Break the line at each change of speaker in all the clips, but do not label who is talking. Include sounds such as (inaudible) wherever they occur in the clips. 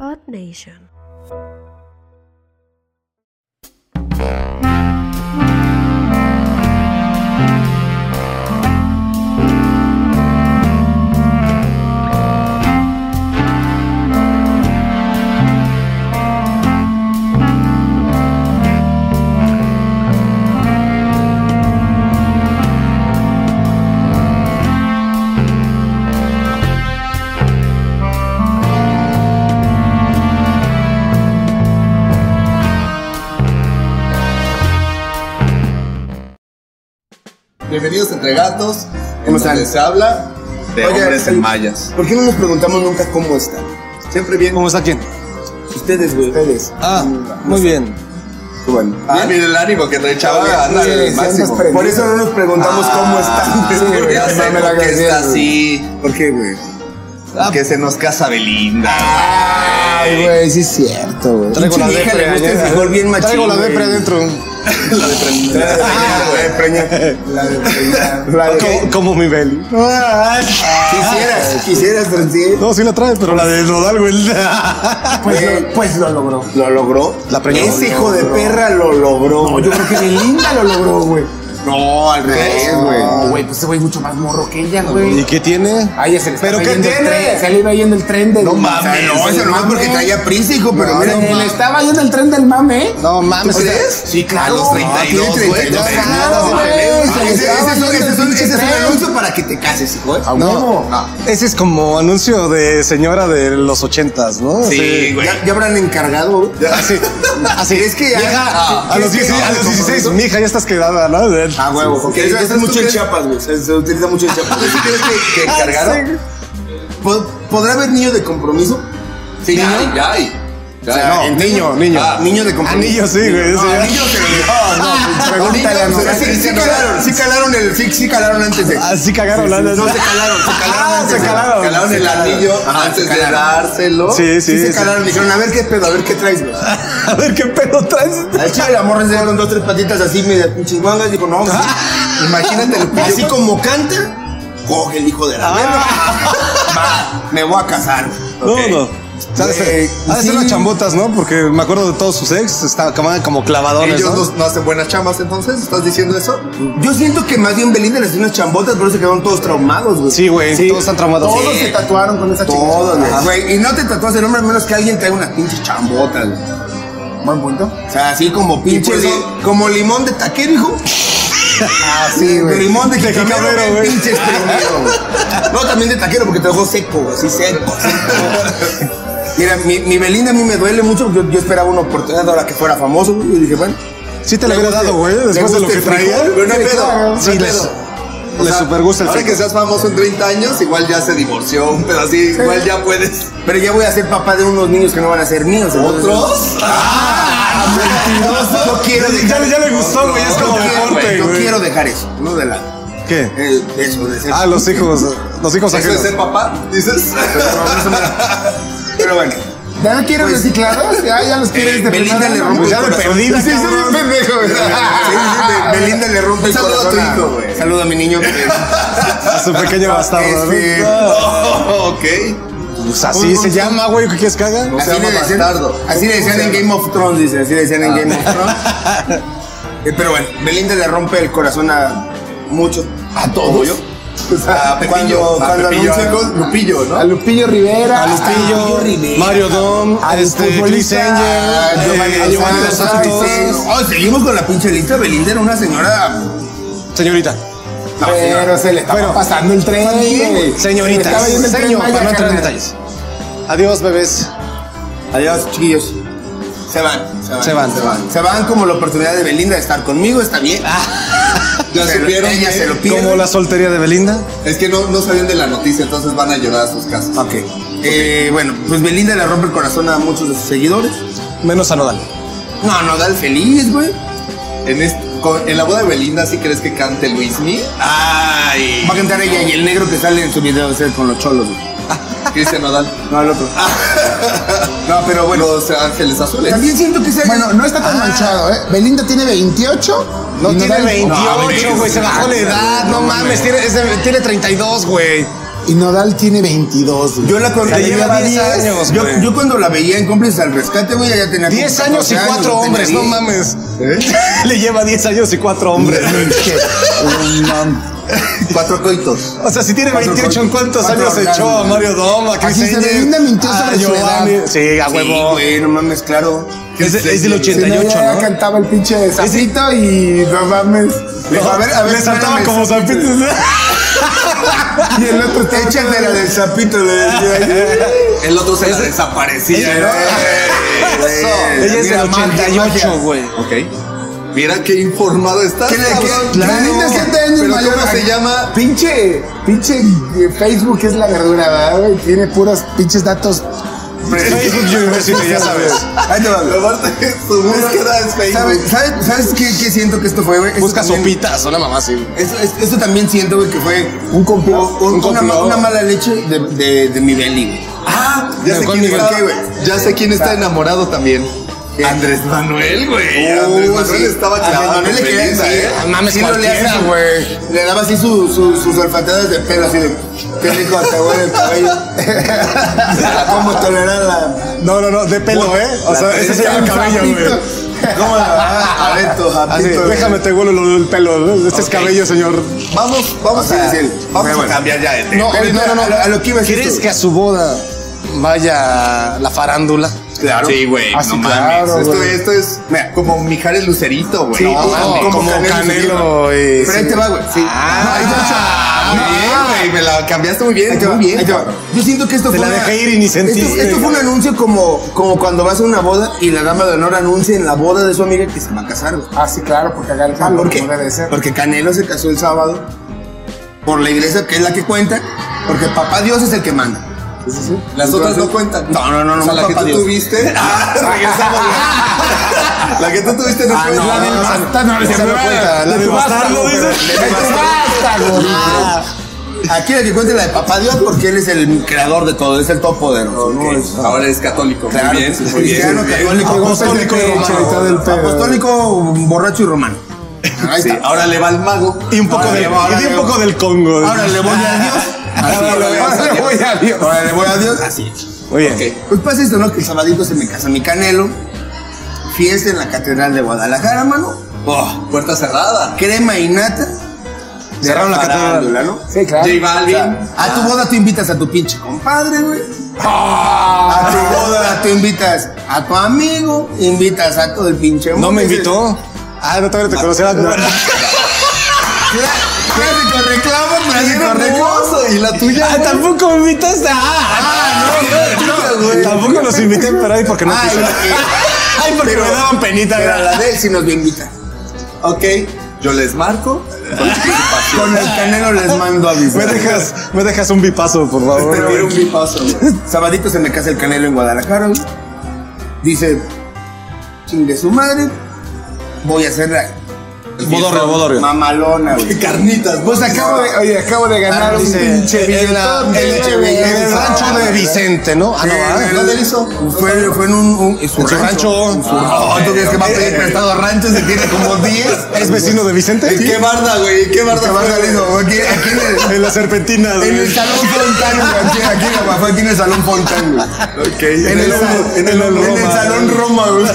Earth Nation.
Bienvenidos entre gatos, en donde
están?
se habla.
de
Oye,
hombres
el-
en mallas.
¿Por qué no nos preguntamos nunca cómo están? Siempre bien.
¿Cómo está quién?
Ustedes, güey. Ustedes.
Ah, muy bien.
Qué bueno.
Ah, mira el ánimo que trae chaval,
Ah,
anda
sí,
al
sí,
máximo.
andas prendido. Por eso no nos preguntamos
Ah,
cómo
(laughs)
están.
ya sé
me la
por qué
gané,
está
güey.
así.
¿Por qué, güey?
Que se nos casa Belinda.
Ay, güey, sí es cierto, güey.
Traigo la
Pinche
depre,
vieja le gusta el
ya.
frijol bien machín,
Traigo la
güey. (laughs)
depre adentro.
La de prender.
Ah, La de preñar. La de preñar. La de
Ah, Como, como mi Beli.
Quisieras, quisieras, pero sí.
Ah, No, sí la trae, pero la de Nodal, güey.
Pues, lo, logró. ¿Lo logró?
La preñó.
Ese
Lo
hijo de perra lo logró. No, yo creo que Belinda lo logró, güey. No, al revés, Ah, güey.
No, güey, pues ese güey es mucho más morro que ella,
¿Y
güey.
qué tiene?
Ay, ya se le
¿Pero
estaba
qué
yendo el
tiene?
tren, se le iba yendo el tren del...
No mames, no, eso no es porque traía prisa, hijo, pero
No,
mira.
se le estaba yendo el tren del mame, ¿eh?
No mames.
¿Crees?
Sí, claro. A los 32,
No, tiene
güey.
32
no,
años,
no,
güey. Ah,
no, no,
Ese ese es un- ese es un- ese es un
Tren.
anuncio para que te cases, hijo. ¿eh?
No, ese es como anuncio de señora de los ochentas, ¿no?
Sí, güey.
Ya, ya habrán encargado.
Así, así.
¿Crees que ya-
Vieja,
ah,
a, los
¿crees que
16,
ya-
a los 16, mija, ya estás quedada, ¿no?
Ah, huevo. ok.
Eso- eso es mucho en
Chiapas, güey. Se, utiliza mucho (laughs) en Chiapas.
¿Tú sí crees que,
Ah,
que cargaron?
¿Podrá haber niño de compromiso?
Sí, ya hay, ya hay. Ya hay.
No, niño, niño.
Ah,
Niño de compromiso. ah,
Anillo, sí, güey. eso ya.
Anillo se lo
no, pregúntale a
Ah, O sea,
Nodal.
sí, sí calaron, sí calaron el, sí, sí calaron antes de.
Así Ah, cagaron, la
No se calaron, se calaron
Ah,
antes
se
de-
calaron.
(laughs)
Calaron
se
el
calaron.
anillo
Ajá,
antes
se
de
calaron.
dárselo.
Sí,
Sí,
sí,
se
sí.
calaron, dijeron, a ver qué pedo, a ver qué traes, güey.
A ver qué pedo traes.
Al chile la morra se dieron dos, tres patitas así, media pinches mangas. Dijo, no, (laughs) sí. imagínate, lo que así como canta, coge el hijo de la Ah. verga. (laughs) Va, me voy a casar.
Ok. Ah,
No, no. O sea,
Güey,
ha de
sí.
ser las chambotas, ¿no? Porque me acuerdo de todos sus ex, está- acababan como clavadores,
Ellos
¿no?
no, no hacen buenas chambas entonces, ¿estás diciendo eso?
Yo siento que más bien Belinda les dio unas chambotas, pero se quedaron todos traumados, güey.
Sí, güey,
Sí.
todos están traumados.
Todos se tatuaron con esa Ah, chica.
Todos, güey. Ah, güey. Y no te tatúas el nombre a menos que alguien te haga unas pinches chambotas, güey.
Buen punto.
O sea, así como pinche.
por
li-
eso-
como limón de taquero, hijo.
Así, güey.
Limón de jicamero,
jicamero,
bien
güey.
pinche exprimido, güey. No, también de taquero, porque te dejó seco, güey, así seco, seco. Mira, mi, mi Belinda a mí me duele mucho. Yo, yo esperaba una oportunidad ahora que fuera famoso, güey. Yo dije, bueno.
Sí te lo
le
hubiera
guste-
dado, güey,
le
después de lo
guste
que
el frijol,
traía.
Pero no hay
Sí, claro.
pedo.
Sí,
no hay
les,
pedo. O
les
sea,
super gusta el
Ahora
frijol.
que seas famoso en 30 años, igual ya se divorció, pero así, igual ya puedes.
Pero ya voy a ser papá de unos niños que no van a ser míos. entonces-
¿Otros? ¡Ah!
Mentiroso. No quiero
Ya,
dejar
le- ya le gustó, güey, es como
No quiero,
deporte,
güey, No
güey.
quiero dejar eso. No de lado.
¿Qué?
Eh, eso, de ser.
(laughs) Ah, los hijos, los hijos
¿Eso es
ajenos.
ser papá? ¿Dices?
Pero bueno.
¿Ya no quieres reciclados? Ya, ya los quieres de
Belinda
primera,
le
¿no?
rompe el
Pues ya de
corazón.
perdida,
Sí, sí, sí,
cabrón.
pendejo, güey. Sí, sí, Be- Belinda le rompe el
Saludo a tu
corazón. a-
hijo, güey.
Saludo a mi niño.
A Ah, su pequeño bastardo,
Este,
¿no?
(laughs) ok.
Pues así se llama, güey, ¿qué quieres que haga?
se
Así
llama
le decían,
bastardo.
así le decían en Game of Thrones, dice. Así le decían en Game of Thrones. Eh, Pero bueno, Belinda le rompe el corazón a muchos.
¿A todos?
O sea,
A Pepillo,
cuando
a
cuando
Pepillo,
anuncia
a Lupillo, ¿no?
A Lupillo Rivera.
A
a Lupillo
Lupillo,
Rivera.
Mario Dom,
al
este,
futbolista,
Chris Angel,
a
Giovanni
eh,
Dos
Giovanni Dos
Santos,
Santos.
Cristiano. Oh, seguimos con la pinche lista. Belinda era una señora.
Señorita.
no, señora.
Pero se le estaba
Bueno.
pasando el tren, güey.
Señoritas.
Se le estaba yendo el tren
Señor,
Maya,
para no entrar en
carnal.
detalles. Adiós, bebés.
Adiós, chiquillos. Se van, se van,
Se van.
se van. Se van como la oportunidad de Belinda de estar conmigo, está bien. (laughs)
Ya
Se lo-
supieron.
ella
que-
se lo pide.
Como la soltería de Belinda.
Es que no, no sabían de la noticia, entonces van a llorar a sus casas.
Ok. Eh, bueno, pues Belinda le rompe el corazón a muchos de sus seguidores.
Menos a Nodal.
No, no da el feliz, güey.
En, est- con- en la boda de Belinda, ¿sí crees que cante Luismi? ¡Ay!
Va a cantar ella y el negro que sale en su video es el con los cholos, güey.
(laughs) Cristian Nodal.
No, el
(laughs)
otro.
No, pero bueno. Los Ángeles Azules.
También siento que se
Bueno, no está tan manchado, ¿eh? Belinda tiene 28.
No
y
tiene
Nodal-
28, güey, se bajó la edad, no mames, tiene, es de- tiene 32, güey.
y Nodal tiene 22. güey.
Yo la cuando
Ya
yo
lleva
la vi-
10 años,
yo,
güey.
yo cuando la veía en cómplices al rescate, güey, ya tenía
10
como
años y
14
cuatro
tenía
hombres, no
10.
mames. (laughs) Le lleva 10 años y cuatro hombres.
Cuatro coitos.
O sea, si tiene 28, ¿en cuántos
cuatro
años
orgasmos.
echó a Mario Doma?
Así se Belinda mintió sobre su edad.
Sí, a
Sí,
huevo.
güey, no mames, claro.
es, de- es del
Si no,
88,
ya
¿no?
cantaba el pinche sapito y no mames.
Le dijo, a ver, a ver,
Le saltaba
espérame,
como
sapito.
(laughs) zampitos.
Y el otro te echa de la del sapito, le decía.
El otro se la desaparecía. eh,
Eso.
Ella es del
Mira, magia,
88, güey.
Ok. Mira qué informado está.
¿Qué le-
cabrón.
qué- claro.
Belinda es 7 años
Pero
mayor.
¿cómo se llama?
Pinche, pinche eh, Facebook es la verdura, ¿verdad, güey? Tiene puros pinches datos.
Facebook University, ya sabes.
Ahí te va. güey.
Aparte, su búsqueda es
¿Sabes,
Facebook.
sabes, sabes qué, qué siento que esto fue, güey? Esto
Busca
también-
sopitas, una mamá así.
Esto, esto- esto también siento, güey, que fue
Un complot.
o- o-
Un
una, ma-
complot.
una mala leche de, de, de mi belly, güey.
Ah, ya sé
¿Con
quién
Miguel
está.
qué, güey?
Ya sé quién está enamorado también.
¿Quién?
Andrés Manuel, güey.
Oh,
Andrés Manuel
sí.
estaba
Andrés
clavado.
Manuel le
con
quería
Belinda,
decir,
¿eh?
Ah, mames,
sí lo le hace,
cualquiera.
güey. Le daba así su, su- sus olfateadas de pelo, así de. Qué rico te huele el cabello.
(laughs)
¿Cómo tolerar la.
No, no, no, de pelo, ¿eh? O sea, ese sería el cabello, güey.
¿Cómo la. A ver, tu
Así,
japito, güey.
Ah, déjame te huelo lo- el pelo. ¿no? Este es cabello, señor.
Vamos, vamos
Sí,
a,
sí.
vamos
Pero
a
bueno.
cambiar ya de tema.
No,
Pero
oye,
mira,
no, no,
a
no.
lo- a lo que iba es
¿Crees
esto,
que a su boda vaya la farándula?
Claro.
Sí, güey,
Ah, sí,
no
claro,
mames. Esto,
güey.
esto es
Mira.
como Mijares Lucerito, güey.
Sí,
No,
tú-
mames.
como Canelo
y-
Pero ahí te va, güey. Sí.
Ah,
No, ahí te va.
muy bien, güey. Me la cambiaste muy
Ahí
bien,
te va,
muy bien.
ahí te va.
cabrón.
Yo siento que esto
Te
fue.
la
una-
dejé ir y ni sentí.
Esto, esto fue un anuncio como, como cuando vas a una boda y la dama de honor anuncia en la boda de su amiga que se va a casar, güey.
Ah, sí, claro, porque acá el
Ah,
jalo,
¿Por qué?
como debe ser.
Porque Canelo se casó el sábado por la iglesia que es la que cuenta, porque papá Dios es el que manda.
Sí, sí, sí.
Las otras no cuentan.
No, no, no, no.
O sea, la que
papá
tú
Dios.
tuviste.
(laughs)
Ah, regresamos. güey. la que tú tuviste no
Ah,
fue
no,
la del
no,
bastardo.
no,
Esa
no,
no
no, no,
cuenta. La
no,
del
no,
bastardo,
no,
dice.
Ahí te va, Aquí la que cuenta es la de papá Dios porque él es el creador de todo, es el todopoderoso, ¿no? Es-
Ahora es católico. Muy bien, muy bien.
Cristiano,
muy bien.
católico,
Apostólico y
gómez de
romano.
pecho, del pedo. Apostólico, borracho y romano. Ahí
Sí,
está.
Ahora le va al mago.
Y un poco,
Ahora
del,
le voy, ahora
y un
le
poco del Congo. dice.
Ahora le voy a Dios. Así,
Ahora le voy a Dios.
a Dios. Ahora le voy a Dios. Así es.
Oye,
Pues pasa esto, ¿no? Que el sabadito se me casa mi canelo. Fiesta en la Catedral de Guadalajara, mano.
Oh, puerta cerrada.
Crema y nata. De
Cerraron la catedral.
farándula, ¿no?
Sí, claro.
J Balvin.
A tu boda tú invitas a tu pinche compadre, güey. A tu boda tú invitas a tu amigo, invitas a todo el pinche mundo.
¿no me invitó? Ah, no, todavía te conocía. (laughs)
Cla- Clásico reclamo, clásico reclamo.
hermoso. Y la tuya.
(laughs)
Ah, tampoco me invitaste. Ah,
no, no, güey.
Tampoco los invité, pero ahí porque no
Ay, (laughs)
quise. Ay, porque me daban penita.
pero a
¿verdad?
la de él sí nos invita.
Ok. Yo les marco. Con anticipación.
Con el canelo les mando a
Me
visitar.
dejas, me dejas un bipaso, por favor.
Este, Pero-
Te tiro un bipazo. güey.
Sabadito se me casa el canelo en Guadalajara. güey. Dice, chingue su madre, voy a hacer la...
Bodorrio, bodorrio.
Mamalona, güey.
(laughs) Carnitas.
Pues acabo de, oye, acabo de ganar un
Dice,
pinche
en, la-
billetón.
en-
pinche
en el
billetazo.
rancho de Vicente, ¿no? Ah, no, ah.
¿Dónde él hizo? Fue, fue en un, un- en su
En su rancho.
En su- Oh, ¿Tú crees que va a pedir prestado a rancho si tiene como (laughs) 10?
¿Es vecino de Vicente?
¿Qué barda, güey? ¿Qué barda?
Te va a salir, no, aquí, aquí en el...
(laughs) En la serpentina.
En el salón Fontán, güey, aquí, aquí, güey, fue aquí en el salón Fontán, güey. En el, en el- en el salón Roma, güey.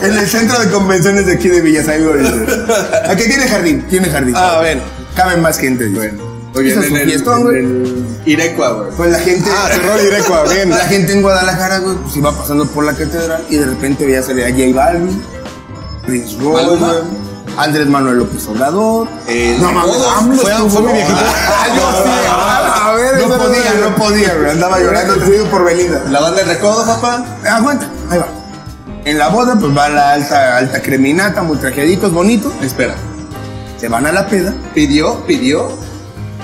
(laughs) en el centro de convenciones de aquí de Villasaigo. Aquí tiene jardín, tiene jardín.
Ah, bueno.
Caben más gente. Bueno,
Muy bien, en el-
fiestón,
en
güey.
el Irecua, güey.
Pues la gente.
Ah, cerró el Irecua,
(laughs)
bien.
La gente en Guadalajara, güey, pues iba pasando por la catedral y de repente veía salir a J Balvin, Prince Royce,
Maluma.
güey, Andrés Manuel López Obrador.
El-
no mames,
Todos.
AMLO
Fue-
estuvo-
fue mi
(laughs)
viejito.
Ah, yo sí, ah, a ver,
no
no podía,
podía.
no podía, güey, andaba llorando, te digo por Belinda.
La banda de recodo, papá.
Eh, Aguanta, ahí va. En la boda, pues va la alta, alta creminata, muy trajeaditos, bonitos.
Espera.
Se van a la peda.
Pidió, pidió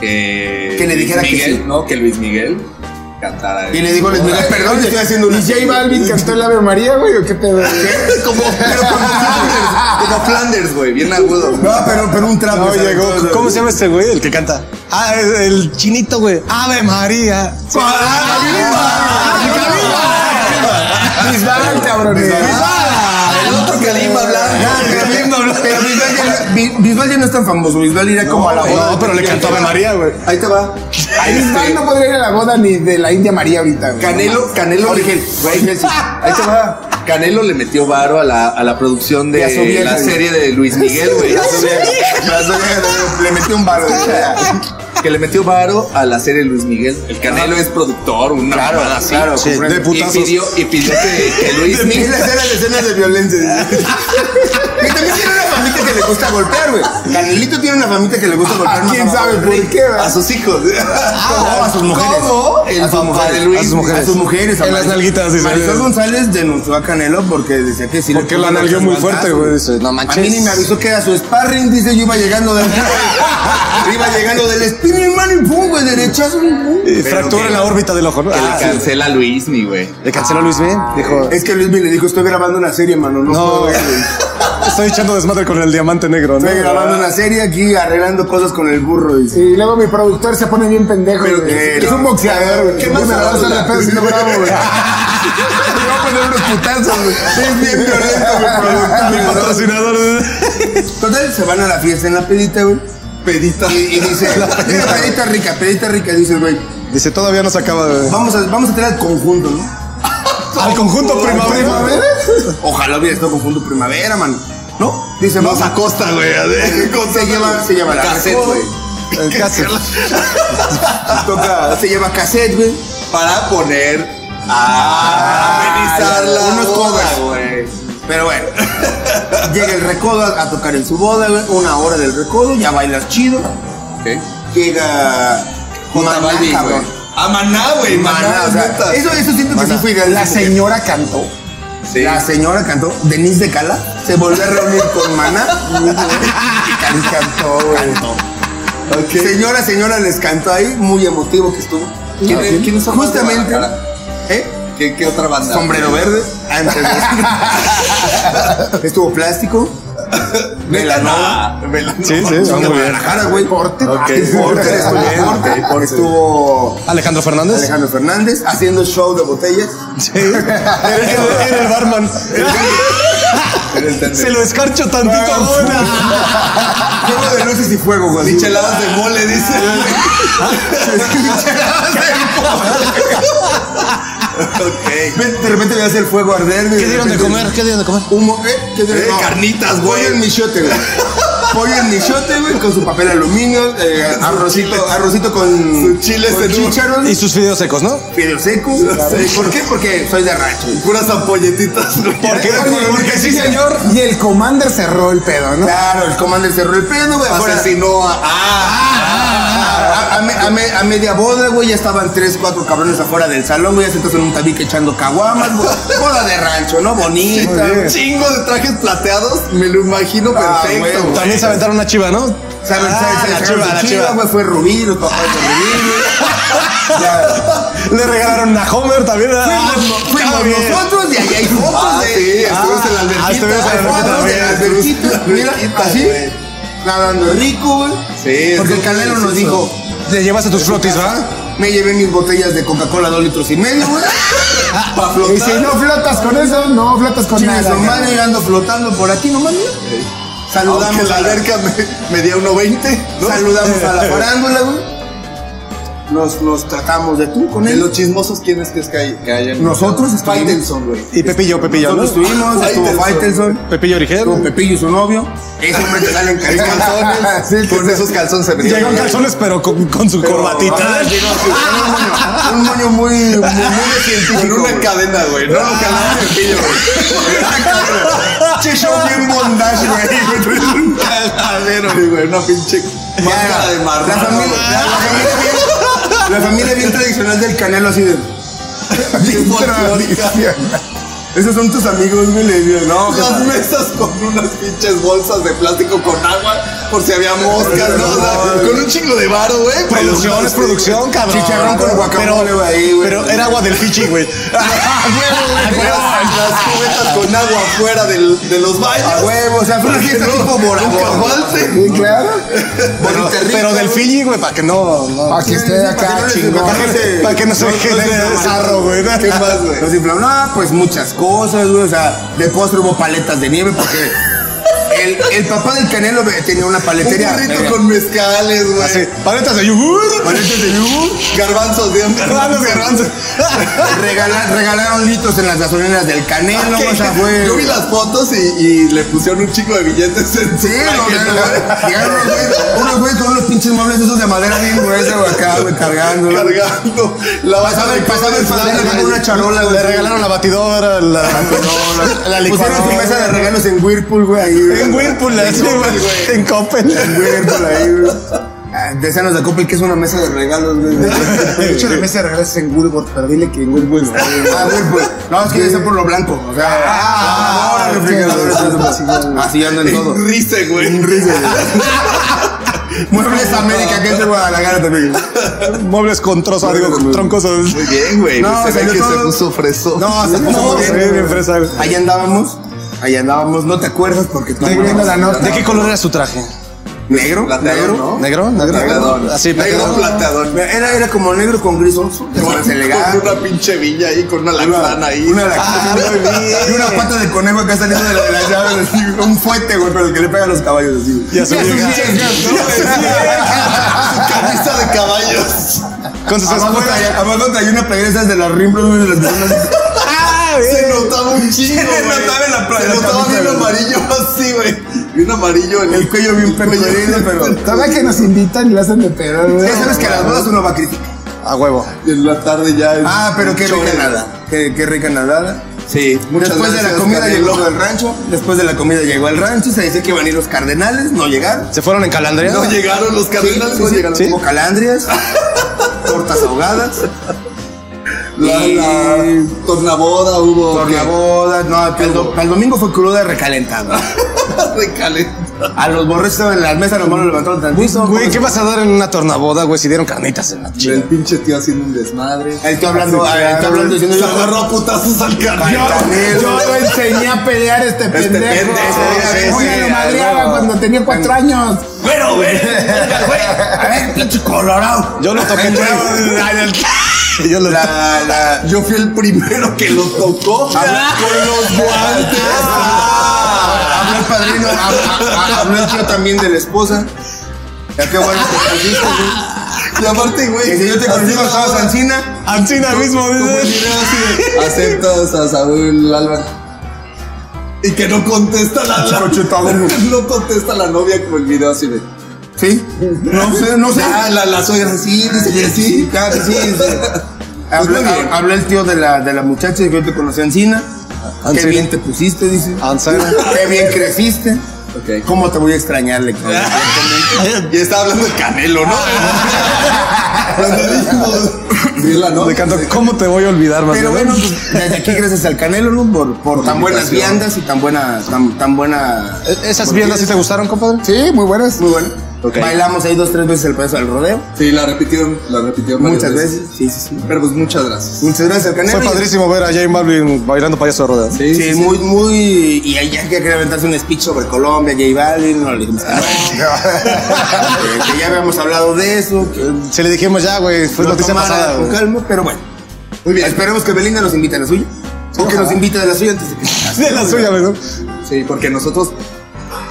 que.
Que le dijera que
Luis Miguel,
sí.
No, que Luis Miguel cantara.
Y le dijo, les mira, perdón, le estoy haciendo un.
¿Y J
(laughs)
Balvin cantó el Ave María, güey? ¿O qué pedo?
Como, pero como Flanders, como Flanders, güey, bien agudo.
No, pero, pero un trapo.
No,
¿sabes?
llegó.
Todo,
¿Cómo se llama este güey? El que canta. Ah, es el chinito, güey. Ave María.
Bisbal, cabrones.
El otro Kalimba blanco.
Bisbal ya no- Bi- Bisbal ya no es tan famoso. Bisbal iría como a la boda.
No, pero le cantó Ave María, güey.
Ahí te va.
Ahí
Este,
Bisbal no podría ir a la boda ni de la India María ahorita, güey.
Canelo, Canelo, le- güey, Nelson, ahí te va. Canelo le metió varo a la, a la producción de
Y a su vieja,
la
güey.
serie de Luis Miguel, güey.
Ya sabía- ya sabía, Le metió un "Ah, baro.
Que le metió varo a la serie de Luis Miguel. El Canelo es productor, una claro, así.
claro,
Sí,
comprendo.
de
Y
putazos.
pidió, y pidió que,
(laughs)
que Luis
Es
Miguel.
la escena de escenas de violencia. Y también tiene una familia que le gusta golpear, güey. Canelito tiene una familia que le gusta golpear.
Ah, ¿Quién
más
sabe
abajo.
por qué,
A
verdad?
sus (laughs) hijos.
No, a sus mujeres.
¿Cómo? El
a sus
papá
mujeres.
de Luis.
A sus mujeres.
A sus mujeres. a
En las
Marisol.
nalguitas, dice.
Marisol González denunció a Canelo porque decía que sí. le
Porque
puso
la nalgueó muy
unos
fuerte,
guantazos.
güey. Dice, no
A
manches.
mí ni me avisó que era su sparring, dice, yo iba llegando del... (laughs) iba llegando del spin, hermano, y pum, güey, derechazo. y pum.
Y
Pero
Fractura
que-
en la órbita del ojo, ¿no?
Que
Ah,
le cancela a Luis, mi güey.
sí. Le canceló Luis B. Dijo,
Es que Luis me le dijo, estoy grabando una serie, mano, no,
No.
puedo, güey.
estoy echando desmadre con el diamante negro, (laughs) ¿no?
Estoy grabando una serie aquí, arreglando cosas con el burro, dice.
Y luego mi productor se pone bien pendejo.
Pero
güey.
que-
es un boxeador, güey.
¿Qué
Yo
más
me la voy a hacer de
habla?
pedo si
(laughs)
no grabo, güey.
Te voy a poner unos putazos, güey. Es bien violento, mi (laughs) productor,
Mi
güey.
patrocinador. ¿eh?
Total, se van a la fiesta en la pedita, güey. Pedita. Y,
(laughs)
y dice, "Mira, pedita rica, pedita rica, dice el güey.
Dice, todavía no se acaba de...
Vamos a, vamos a traer al conjunto, ¿no?
Al conjunto primavera.
Ojalá hubiera estado conjunto primavera, mano. ¿No? Dice, vamos a
Acosta, güey.
Se lleva, se lleva la
Cassette,
cassette, güey.
El cassette.
Toca- (laughs) Se lleva cassette, güey.
Para poner a amenizar la
unos
boda,
covers.
güey.
Pero bueno, (laughs) llega el recodo a, a tocar en su boda, güey. Una hora del recodo, ya bailas chido.
Ok.
Llega.
J
Maná,
Balvin, güey.
cabrón.
A Maná, güey.
Maná, o sea,
neta.
eso, eso siento que sí fue ideal.
La señora cantó.
Sí.
La señora cantó, Denise de Cala, se volvió a reunir con Maná. y
(laughs)
can- cantó, güey. Señora, señora, les cantó ahí, muy emotivo que estuvo.
¿Quién es-
Ok.
quién es Sombrero
Justamente,
Guadalajara?
¿eh?
¿Qué, qué otra banda?
Sombrero verde. antes de-
(laughs)
estuvo plástico.
Melanoma. Melanoma.
Sí, sí, está
Son de
muy bien.
Guadalajara, güey. Corte. (laughs) Porter estuvo
Está bien,
Porter.
ok, Porter.
Estuvo
Alejandro Fernández.
Alejandro Fernández haciendo show de botellas.
Sí. Era el, era el barman. Se lo escarcho tantito. güey.
Juego de luces y fuego, güey.
Micheladas de mole, dice.
(laughs)
ok.
Ve- De repente veías el fuego arder.
¿Qué dieron de comer? ¿Qué dieron de comer?
Humo, ¿eh? ¿Qué dieron?
Eh, carnitas, güey.
Pollo en michote, güey. Pollo en michote, güey, con su papel aluminio, eh, arrocito, arrocito con,
Su chile
con
sedulo.
chícharos,
Y sus fideos secos, ¿no?
fideos secos. ¿Por qué? Porque soy de rancho.
Puras ampolletitas, güey. (laughs) ¿Por
Oye,
Porque sí, señor.
Y el commander cerró el pedo, ¿no?
Claro, el comandante cerró el pedo, güey. afuera.
Asesinó
ah,
a. Ah,
A, a me- a me- a media boda, güey, ya estaban tres, cuatro cabrones afuera del salón, güey, ya sentados en un tabique echando caguamas, güey. Boda de rancho, ¿no? Bonita.
Muy bien.
Chingo de trajes plateados. Me lo imagino
Ah,
perfecto,
güey.
güey.
También se aventaron una chiva, ¿no?
¿Saben?
Ah,
¿Saben?
la
¿Saben?
chiva, la
¿Saben?
chiva.
Chiva, güey, fue Rubí, los papás de Rubí, güey. Ya.
Le regalaron una Homer también. Ah,
Fuimos,
está
fuimos
bien.
nosotros y ahí hay fotos
Ah,
de.
sí,
Ah,
estuvimos en la alberquita.
ah, estuvimos en la
fotos de
alberquita
la
también.
alberquita, Mira,
Alberquita,
así,
güey.
nadando rico, güey.
Sí,
Porque
sí,
el canelo
sí,
nos
sí,
dijo.
Te llevaste tus flotis, ¿va?
Me llevé mis botellas de Coca-Cola dos litros y medio,
(laughs)
güey. Para
Y
flotar.
si no flotas con eso, no flotas con
Chingue
nada.
su madre, yo ando flotando por aquí nomás, mira.
Aunque
Saludamos
la
a la,
alberca me, me dio 1.20. ¿no?
saludamos
(laughs)
a la farándula, güey. Nos, nos tratamos de tú con
De
él.
los chismosos, ¿quiénes crees que, hay, que hayan?
Nosotros estuvimos-
Faitelson, güey.
Y Pepillo, Pepillo,
Nosotros
¿no?
estuvimos, estuvo Faitelson.
Pepillo Origel.
Con Pepillo y su novio. Ese hombre que sale en
En
calzones. (laughs)
calzones.
Sí,
con
sí.
esos calzones se metió.
Llegó en calzones, pero con, con su corbatita.
Ah, llegó así, con Un moño, un moño muy, muy, (laughs) muy
Con
científico.
una cadena, güey. No lo
Ah,
calaba cepillo, güey.
pinche show bien bondage,
(laughs)
güey.
Un caladero, güey. Una pinche manga de
La
marrano.
familia,
güey.
la, la familia bien, la familia bien tradicional del canelo así de.
(laughs)
(laughs)
Bien folclórica.
Esos son tus amigos, güey. Le digo, no, que-
(laughs) Las mesas con unas pinches bolsas de plástico con agua por si había moscas, ¿no? O sea, con un chingo de varo, güey. pues,
Producción es producción, cabrón.
Chicharrón con guacamole,
Pero,
güey, ahí, güey. Ah,
pero
(laughs)
era agua del fichi, güey.
Las las Ah, cubetas con agua fuera del- de los
A
baños.
huevo, o sea, fue una fiesta tipo
Un
morado.
cabalce.
Sí, claro.
Pero, pero del Fiji, güey, para que no. no
Para que esté acá, chingón.
para, que, para que no se genere desarro, güey.
¿Qué más, güey?
Nos inflaron, ah, pues muchas cosas, güey. O sea, de postre hubo paletas de nieve porque el, el papá del Canelo ve- tenía una
Un
paletería.
burrito con mezcales, güey.
Así, paletas de yogur.
Paletas de yogur.
Garbanzos, de
Ah, los garbanzos.
Regala- regalaron litros en las gasolineras del Canelo.
Ah, Ok,
Ah, O sea, fue.
Yo vi las fotos y, y le pusieron un chico de billetes en su
Sí, no,
traje,
no,
¿no?
no. Llegaron unos güeyes- unos güeyes con unos pinches muebles esos de madera bien gruesa, güey, acá, güey, cargando.
Cargando la
Pasaba el- pasaba el padrino con una charola, güey.
Le regalaron la batidora, la.
(laughs) No,
La licuadora.
Pusieron su mesa de regalos en Whirlpool, güey, ahí, güey.
En Whirlpool, así, güey. En Coppel.
Whirlpool, ahí, güey. Ah, Decían los de Coppel que es una mesa de regalos, güey. (laughs)
De hecho, la mesa de regalos es en Woodward, pero dile que en Woodward está bien.
Ah, Whirlpool. No, es que debe ser por lo blanco. O sea,
Ah,
lavadora,
ok.
refrigerador, todo. Así andan todos.
Rice, güey.
Un risa, güey. (laughs) Muebles América, que es de Guadalajara también.
Muebles con trozos, digo, con troncos.
Muy bien, güey.
No,
se ve
salió
que se
todo-
puso freso.
No, se
No,
puso
sí,
bien,
bien
güey.
fresa, güey.
Ahí andábamos. Ahí andábamos, no te acuerdas porque tú
Estoy viendo la nota.
¿De qué color era su traje?
¿Negro?
Plateado, ¿no?
¿Negro?
¿Negro?
Plateadón.
¿Negro? Así,
Negro
plateado.
plateadón.
Era, era como negro con gris onzo.
Con,
elegante.
con una pinche villa ahí, con una lanzana ahí. Ah,
Una
(laughs)
lactana. y una pata de conejo acá saliendo de la, de las llaves, así, un fuete, güey, pero el que le pega a los caballos, así. güey.
Y a su vieja.
Camisa de caballos.
Con sus
Abajo
espuelas.
traía, abajo traía una playera esas de las rimbros, güey, de las personas.
¡Ah,
Se notaba un chingo,
Se
güey.
notaba en la pla-
Se
la
notaba
camisa,
bien
güey.
amarillo (laughs) así, güey. Bien amarillo. en
El cuello bien percudido, pero...
Todavía que nos invitan y lo hacen de pedo, güey.
Ya sabes que a las bodas uno va a criticar.
A huevo.
(laughs) En la tarde ya. es
Ah, pero qué
show
rica
de-
nada. Qué, qué rica nadada.
Sí, muchas
después de la
gracias,
comida
Canelo.
llegó al rancho. Después de la comida llegó al rancho. Se dice que iban a ir los cardenales, no llegaron.
¿Se fueron en Calandria?
No llegaron los cardenales, no llegaron.
sí.
Hubo (laughs) calandrias, tortas ahogadas,
La, la tornaboda (laughs) hubo.
tornabodas. No, para el, do- para el domingo fue cruda (laughs) recalentada.
Recalenta.
A los borrachos estaban en las mesas, nomás lo levantaron tantito.
Güey, ¿qué vas a dar en una tornaboda, güey, si dieron carnitas en la
El
chingada?
pinche tío haciendo un desmadre.
Ahí estoy hablando, ahí estoy hablando diciendo
Se
yo.
agarró a putazos al
Ay,
carnal.
Canelo.
Yo lo enseñé a pelear a este pendejo.
pendejo,
Oye,
sí,
lo madreaba
sí,
cuando tenía cuatro años.
Pero, güey.
(laughs) A ver, pinche colorado.
Yo lo toqué.
(laughs) Yo lo (laughs) la, la,
Yo fui el primero que lo
(laughs)
tocó
Ah.
con los guantes.
Habló el padrino, hab- hab- habló el tío también de la esposa. Ya qué bueno que conociste, güey.
Y aparte, güey.
Que si yo te
así
conocí cuando
nada
estabas
más,
Ancina.
Ancina mismo,
como el
dice.
video así de, (laughs) Aceptas a Saúl Alba. Y que no contesta la, la
Cochetadón.
(laughs) No contesta la novia como el video así de.
Sí. No sé, no sé.
(laughs) Ah, la, la suegra sí, dice que sí.
casi sí. sí. Habló,
Pues muy bien.
habló el tío de la, de la muchacha que yo te conocí Ancina. Qué
Ancina.
bien te pusiste, dice.
Ancina.
Qué bien creciste.
Ok.
¿Cómo te voy a extrañar, le cabrón? (laughs)
Y estaba hablando de Canelo, ¿no? (laughs) Cuando dijimos.
(laughs)
Mira, ¿no?
Le canto, ¿cómo te voy a olvidar, más
Pero
o
bueno,
menos?
pues, desde aquí gracias al Canelo, ¿no? Por, por tan buenas viandas y tan buena, tan, tan buena.
E-, ¿Esas viandas sí te gustaron, compadre?
Sí, muy buenas.
Muy bueno.
Ok.
Bailamos ahí dos, tres veces el paso del rodeo.
Sí, la repitieron, la repitieron varias
Muchas veces. Sí, sí, sí.
Pero pues muchas gracias.
Muchas gracias al Canelo.
Fue padrísimo ver a Jane Balvin bailando payaso de rodeo.
Sí, muy, muy. Y ahí ya que quería aventarse un speech sobre Colombia, J Balvin, no le dijimos que no. Eh, (laughs) que ya habíamos hablado de eso. Que
Si le dijimos ya, güey, fue
lo
noticia
tomara
pasada.
Con
güey.
calma, pero bueno. Muy bien. Esperemos que Belinda nos invite a la suya. O que nos invite de la suya antes (laughs) de que.
(laughs) De la suya, güey. ¿no?
Sí, porque nosotros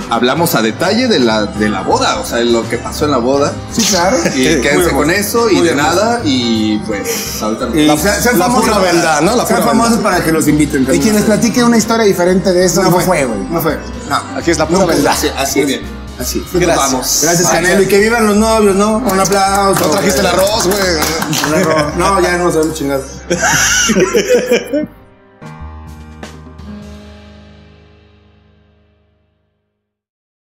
hablamos a detalle de la, de la boda, o sea, de lo que pasó en la boda.
Sí, claro.
Y quédense con eso y de nada. Y pues, ahorita
Y
La-
sean- sean
la
famosos
pura
para-
verdad, ¿no? La
sean
pura
famosos para que los inviten.
Y quienes platiquen una historia diferente de eso no, fue, güey.
No fue. No.
Aquí es la pura
Nunca.
verdad.
así,
Ah,
así es bien.
Así.
Nos
Gracias.
vamos.
Pues Gracias, Canelo. Y que vivan los novios, ¿no? Un aplauso.
No trajiste el arroz, güey.
No, ya no sabemos chingados.